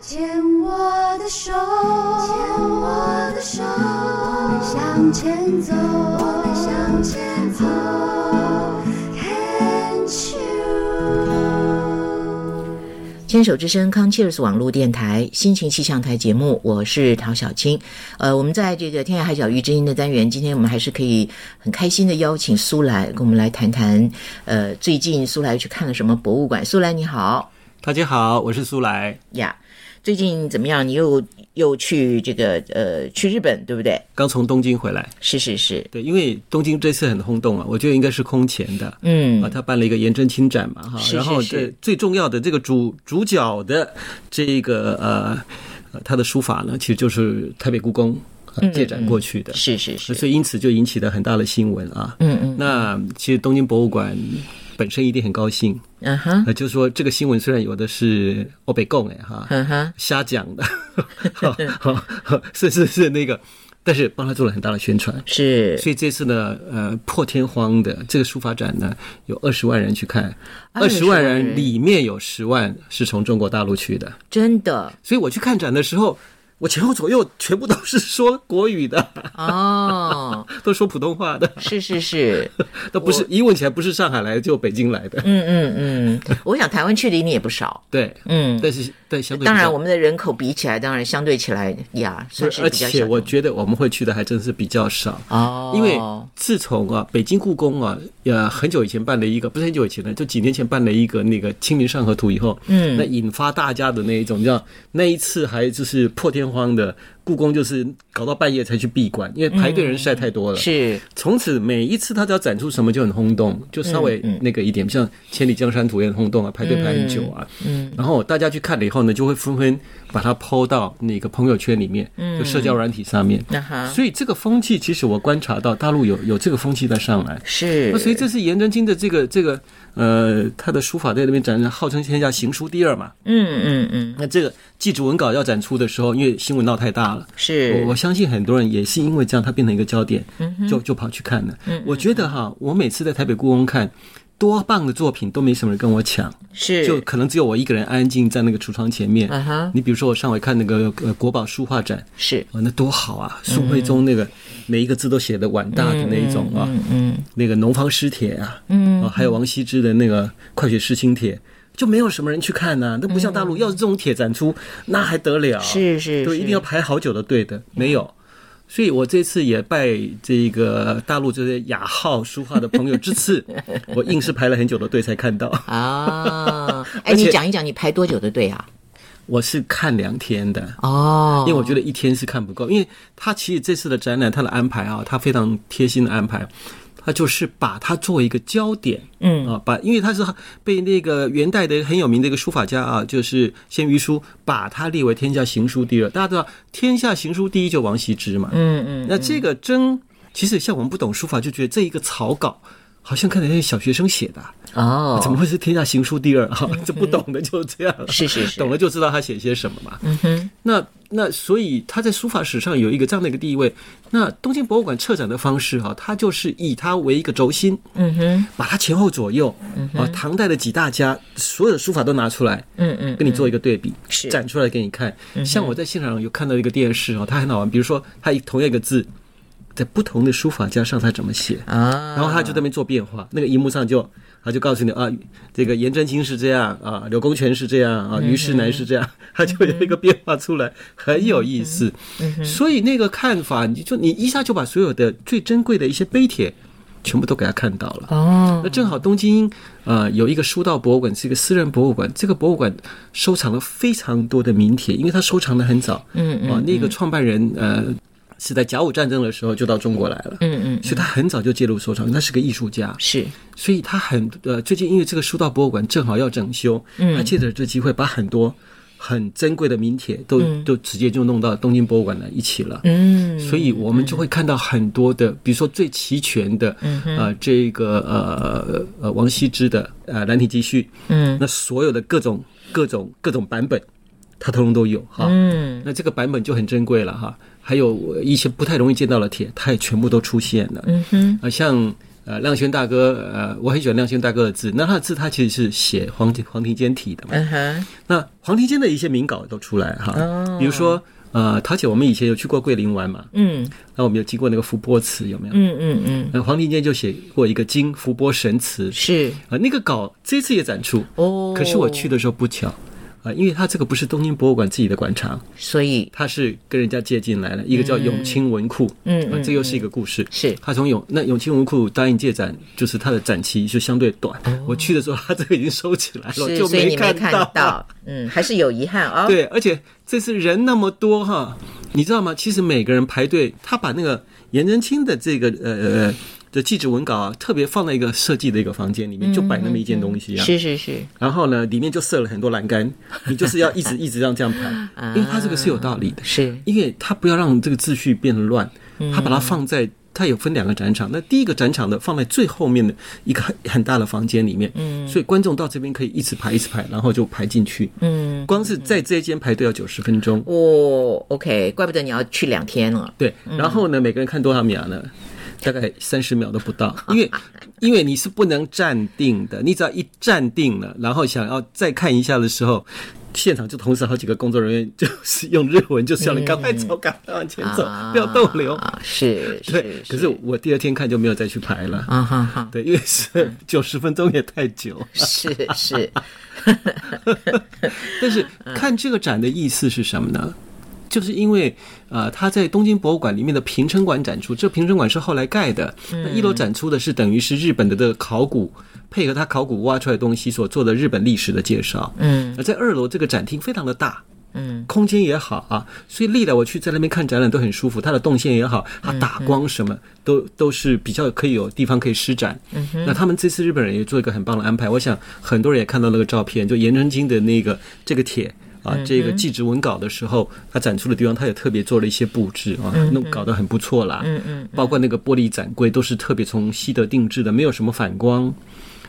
牵我的手，牵我的手，我们向前走，我们向前走。Can't you？牵手之声 c o n c h e r s 网络电台心情气象台节目，我是陶小青。呃，我们在这个天涯海角遇知音的单元，今天我们还是可以很开心的邀请苏来跟我们来谈谈，呃，最近苏来去看了什么博物馆？苏来你好大家好，我是苏来。呀，最近怎么样？你又又去这个呃去日本对不对？刚从东京回来，是是是，对，因为东京这次很轰动啊，我觉得应该是空前的嗯啊，他办了一个颜真卿展嘛哈，是是然后是这最重要的这个主主角的这个呃呃他的书法呢，其实就是台北故宫、啊借展过去的，是嗯是是，所以因此就引起了很大的新闻啊。嗯嗯那其实东京博物馆本身一定很高兴，嗯哼呃，就是说这个新闻虽然有的是欧北共哎哈，嗯哼，瞎讲 的，是是是那个，但是帮他做了很大的宣传。是所以这次呢，呃，破天荒的这个书法展呢，有二十万人去看，二20十万万人人里面有十万是从中国大陆去的。真的所以我去看展的时候，我前后左右全部都是说国语的，哦，都说普通话的，是是是，都不是一问起来不是上海来就北京来的。嗯嗯嗯，我想台湾去的一定也不少，对，嗯。但是但相对比较当然，我们的人口比起来，当然相对起来呀，算是而比较且小。我觉得我们会去的还真是比较少。哦，因为自从啊，北京故宫啊，呃，很久以前办了一个，不是很久以前的，就几年前办了一个那个《清明上河图》以后，嗯那引发大家的那一种，你知道，那一次还就是破天荒的，故宫就是搞到半夜才去闭馆，因为排队人实在太多了。嗯是从此每一次他只要展出什么就很轰动，就稍微嗯那个一点，像《千里江山图》也很轰动啊，排队排很久啊。嗯，然后大家去看了以后呢，就会纷纷把它抛到那个朋友圈里面，嗯就社交软体上面。那哈所以这个风气，其实我观察到大陆有有这个风气在上来。是，那所以这是颜真卿的这个这个呃，他的书法在那边展，号称天下行书第二嘛。嗯嗯嗯那这个祭祖文稿要展出的时候，因为新闻闹太大了，是我我相信很多人也是因为这样，它变成一个焦点，就就跑去看了。我觉得哈，我每次在台北故宫看，多棒的作品都没什么人跟我抢，是就可能只有我一个人安安静静在那个橱窗前面啊哈。你比如说，我上回看那个呃国宝书画展，是啊，那多好啊！嗯宋徽宗那个每一个字都写的碗大的那一种啊，嗯那个农房诗帖啊，嗯，还有王羲之的那个快雪诗经帖，就没有什么人去看呐、那不像大陆，要是这种帖展出，那还得了？嗯是是对，是嗯一定要排好久的队的，没有。所以我这次也拜这个大陆这些雅好书画的朋友之 赐，我硬是排了很久的队才看到。 啊，哎，而且你讲一讲你排多久的队啊？我是看两天的，哦，因为我觉得一天是看不够，因为他其实这次的展览，他的安排啊，他非常贴心的安排，他就是把它作为一个焦点，嗯啊，把因为他是被那个元代的很有名的一个书法家啊，就是鲜于书，把它列为天下行书第二。大家知道，天下行书第一就王羲之嘛，嗯嗯那这个真其实像我们不懂书法，就觉得这一个草稿好像看起来像小学生写的啊、哦，怎么会是天下行书第二 啊？这不懂的就这样，是是是懂了就知道他写些什么嘛。嗯哼，那那所以他在书法史上有一个这样的一个地位。那东京博物馆策展的方式哈、它就是以它为一个轴心，嗯哼把它前后左右啊，唐代的几大家所有的书法都拿出来，嗯嗯跟你做一个对比，是嗯展出来给你看。像我在现场有看到一个电视哦，它很好玩，比如说它同样一个字，在不同的书法家上它怎么写，啊，然后他就在那边做变化，那个荧幕上就他就告诉你啊，这个颜真卿是这样啊，柳公权是这样啊，虞世南是这样， 他就有一个变化出来，很有意思。所以那个看法，你就你一下就把所有的最珍贵的一些碑帖。全部都给他看到了哦，那正好东京呃有一个书道博物馆，是一个私人博物馆。这个博物馆收藏了非常多的名帖，因为它收藏的很早。嗯啊，那个创办人呃是在甲午战争的时候就到中国来了。嗯嗯所以他很早就介入收藏，他是个艺术家，是所以他很呃，最近因为这个书道博物馆正好要整修，嗯他借着这机会把很多很珍贵的名帖都、都直接就弄到东京博物馆来一起了。嗯所以我们就会看到很多的，比如说最齐全的，嗯呃，这个呃呃王羲之的呃《兰亭集序》，嗯那所有的各种各种各种版本，它通通都有哈。嗯那这个版本就很珍贵了哈。还有一些不太容易见到的帖，它也全部都出现了。嗯哼，啊，像呃亮轩大哥，呃，我很喜欢亮轩大哥的字。那他的字他其实是写黄黄庭坚体的嘛。嗯哼，那黄庭坚的一些名稿都出来哈，哦比如说呃，桃姐，我们以前有去过桂林玩嘛，嗯那我们有经过那个伏波祠有没有？嗯嗯嗯，那黄庭坚就写过一个经伏波神祠是啊、那个稿这次也展出，哦。可是我去，的时候不巧。啊，因为他这个不是东京博物馆自己的馆藏，所以他是跟人家借进来了，一个叫永清文库，嗯啊嗯这又是一个故事，是他从永那永清文库答应借展，就是他的展期就相对短，我去的时候他这个已经收起来了，哦是，就所以你没看看到，嗯，还是有遗憾哦。，对，而且这次人那么多哈，你知道吗？其实每个人排队，他把那个颜真卿的这个呃呃的记者文稿啊，特别放在一个设计的一个房间里面，就摆那么一件东西啊。嗯是是是，然后呢，里面就设了很多栏杆，你就是要一直一直让这样排，因为他这个是有道理的，是因为他不要让这个秩序变乱，他把它放在。它有分两个展场，那第一个展场的放在最后面的一个很很大的房间里面，嗯，所以观众到这边可以一直排一直排，然后就排进去，嗯。光是在这一间排队要九十分钟。哦，OK，怪不得你要去两天了。对，然后呢，每个人看多少秒呢？大概三十秒都不到，因为因为你是不能站定的，你只要一站定了，然后想要再看一下的时候，现场就同时好几个工作人员就是用日文，就是要你赶快走，赶快往前走，不要逗留。啊，是对是，，可是我第二天看就没有再去排了，啊哈哈，对，因为是嗯九十分钟也太久。是 是，但是看这个展的意思是什么呢？就是因为，呃，它在东京博物馆里面的平城馆展出，这平城馆是后来盖的，那一楼展出的是等于是日本的这个考古，配合它考古挖出来的东西所做的日本历史的介绍。嗯而在二楼这个展厅非常的大，嗯，空间也好啊，所以历来我去在那边看展览都很舒服，它的动线也好，它打光什么都都是比较可以有地方可以施展。那他们这次日本人也做一个很棒的安排，我想很多人也看到那个照片，就岩城京的那个这个帖。啊，这个记职文稿的时候，它展出的地方，它也特别做了一些布置啊，弄搞得很不错啦。嗯嗯，包括那个玻璃展柜都是特别从西德定制的，没有什么反光。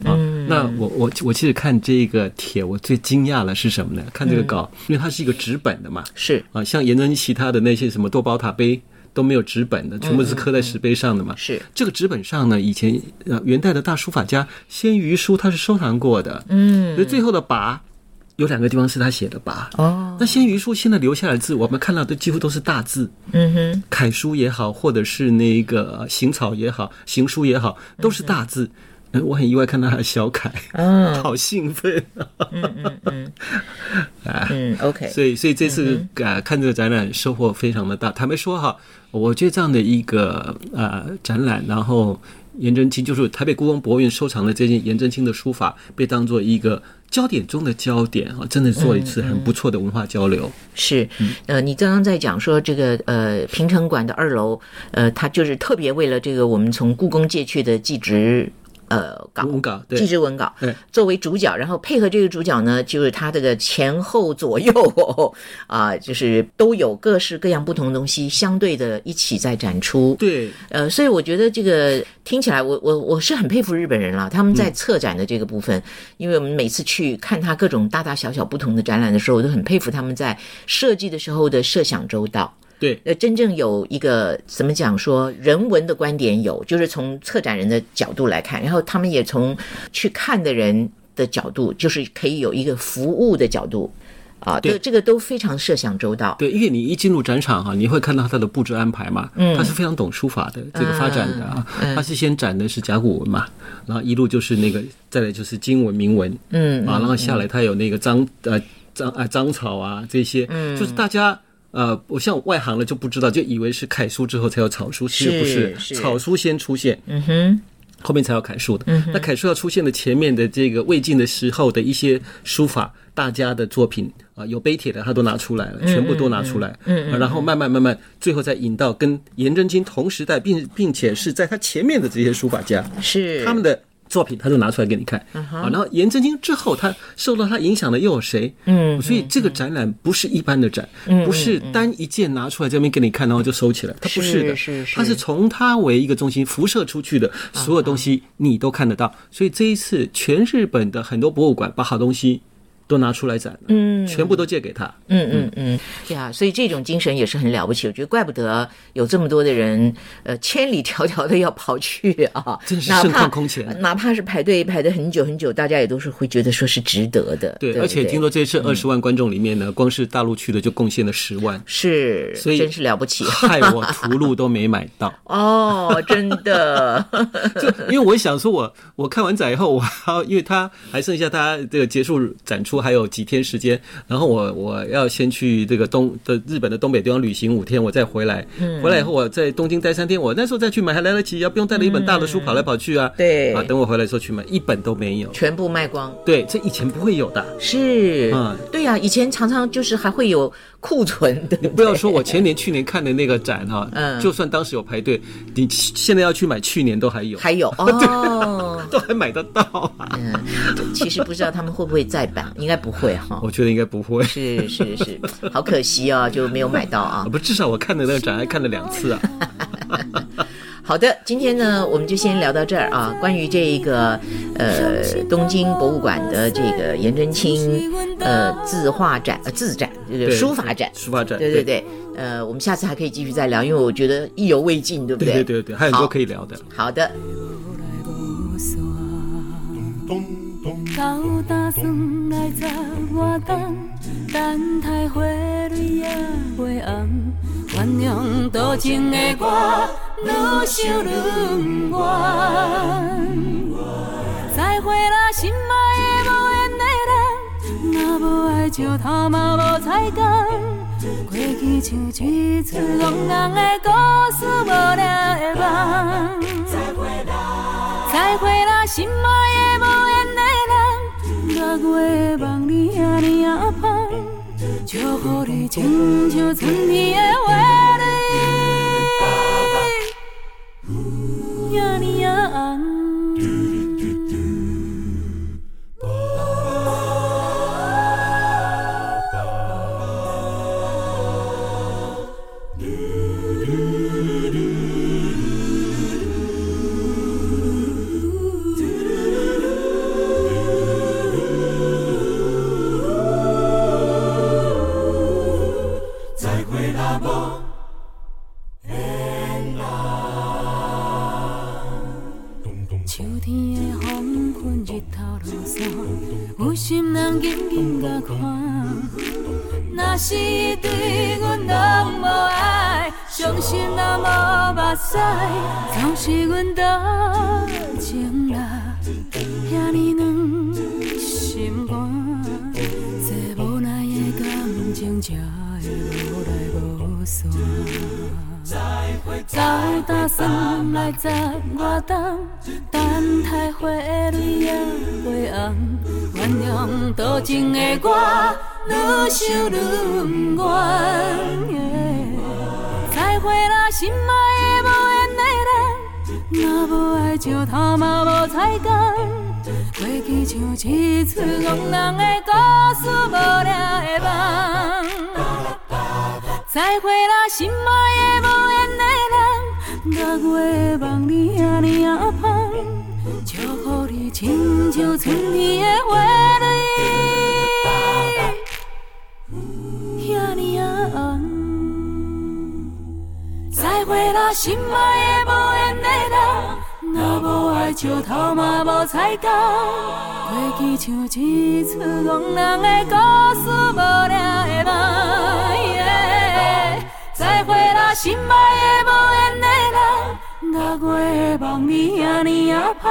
啊，嗯那我我我其实看这个帖，我最惊讶的是什么呢？看这个稿，嗯因为它是一个纸本的嘛，是啊，像颜真卿其他的那些什么多宝塔碑都没有纸本的，全部是刻在石碑上的嘛。是，这个纸本上呢，以前呃元代的大书法家鲜于书他是收藏过的，嗯，所以最后的跋有两个地方是他写的跋。哦，那鲜于书现在留下来的字，我们看到的几乎都是大字，嗯哼，楷书也好，或者是那个呃行草也好，行书也好，都是大字。嗯，我很意外看到他的小楷，嗯 好兴奋啊！嗯，OK， 所以，所以这次呃看这个展览收获非常的大。坦白说哈，我觉得这样的一个呃展览，然后颜真卿就是台北故宫博物院收藏的这件颜真卿的书法，被当做一个焦点中的焦点哈，真的做一次很不错的文化交流。是，呃，你刚刚在讲说这个呃平城馆的二楼，呃，它就是特别为了这个我们从故宫借去的祭侄呃稿。文稿纪对，实文稿对作为主角，然后配合这个主角呢，就是他这个前后左右 哦啊、就是都有各式各样不同的东西相对的一起在展出。对，呃，所以我觉得这个听起来我，我我是很佩服日本人了。他们嗯在策展的这个部分，因为我们每次去看他各种大大小小不同的展览的时候，我都很佩服他们在设计的时候的设想周到。对，呃，真正有一个怎么讲说人文的观点有，就是从策展人的角度来看，然后他们也从去看的人的角度，就是可以有一个服务的角度啊，对这这个都非常设想周到。对，因为你一进入展场哈、你会看到它的布置安排嘛，它是非常懂书法的这个发展的啊，它是先展的是甲骨文嘛，然后一路就是那个，再来就是金文、铭文，嗯啊，然后下来它有那个章呃章啊章草啊这些，就是大家。呃，我像外行了就不知道，就以为是楷书之后才有草书，其实不是，是是草书先出现，嗯哼，嗯后面才有楷书的。那楷书要出现的前面的这个魏晋的时候的一些书法大家的作品啊、有碑帖的他都拿出来了，全部都拿出来，嗯然后慢慢慢慢，最后再引到跟颜真卿同时代，并并且是在他前面的这些书法家，是他们的作品，他就拿出来给你看啊。然后颜真卿之后，他受到他影响的又有谁？嗯，所以这个展览不是一般的展，不是单一件拿出来这边给你看，然后就收起来，它不是啊的，是是是它是从它为一个中心辐射出去的所有东西，你都看得到。所以这一次，全日本的很多博物馆把好东西。都拿出来展了，嗯全部都借给他。嗯嗯嗯，对啊，所以这种精神也是很了不起，我觉得怪不得有这么多的人，呃，千里迢迢的要跑去啊，真是哪盛怕况空前哪怕是排队排的很久很久，大家也都是会觉得说是值得的，对，嗯不，而且听说这次二十万观众里面呢，光是大陆区的就贡献了十万 是，所以真是了不起害我图录都没买到。哦，真的， 就因为我想说我，我看完展以后，我还要因为他还剩下他这个结束展出还有几天时间，然后我我要先去这个东的日本的东北地方旅行五天，我再回来。嗯回来以后我在东京待三天，我那时候再去买还来得及啊，不用带了一本大的书跑来跑去啊。嗯对啊，等我回来的时候去买，一本都没有。全部卖光。对，这以前不会 有的。是，嗯对呀、以前常常就是还会有库存的，你不要说我前年、去年看的那个展哈、嗯就算当时有排队，你现在要去买，去年都还有，，还有哦都还买得到啊。嗯，其实不知道他们会不会再版，应该不会哈、我觉得应该不会，是是是， 好可惜哦，就没有买到啊啊。不，至少我看的那个展还看了两次啊。好的，今天呢，我们就先聊到这儿啊。关于这个呃东京博物馆的这个颜真卿呃字画展、呃字展，这个对书法展，书法展对对对。呃，我们下次还可以继续再聊，因为我觉得意犹未尽，对不对对对对对，还有很多可以。以聊的。好的，高大上来十外冬，等待花蕊也袂红，原谅多情的我，愈想愈不愿。再会啦，心爱的无缘的人，若无爱就头嘛无彩工。过去像一出憨人的故事，无聊的梦。再会啦，心爱的无缘的人，六月的梦你啊你啊香，祝福你亲像春天的花蕊，你啊你啊红。秋天的黄昏，日头落山，有心人紧紧甲看。若是伊对阮拢无爱，伤心也无目屎，总是阮多情啦，遐尼软心肝，这无奈的感情才会无来无散。走大山来十外冬，等待花蕊也袂红，原谅多情的我，愈想愈不愿。再会啦，心爱的无缘的人，若无爱就头嘛无彩工。过去像一出憨人的故事，无聊的梦。再会啦，心爱的无缘的人，六月的梦你啊你啊香，祝福你亲像春天的花蕊，遐尼啊嗯红。再会啦，心爱的无缘的人，若无爱就头嘛无彩工。过去像一出憨人的故事，无聊的梦。耶再会啦，心爱的无缘的人，六月的梦你啊你啊香，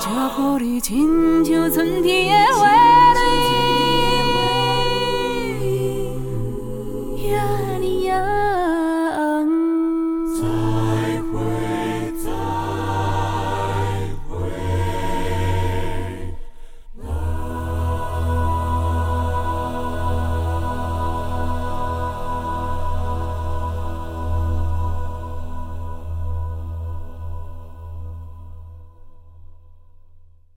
祝福你亲像春天的花蕊。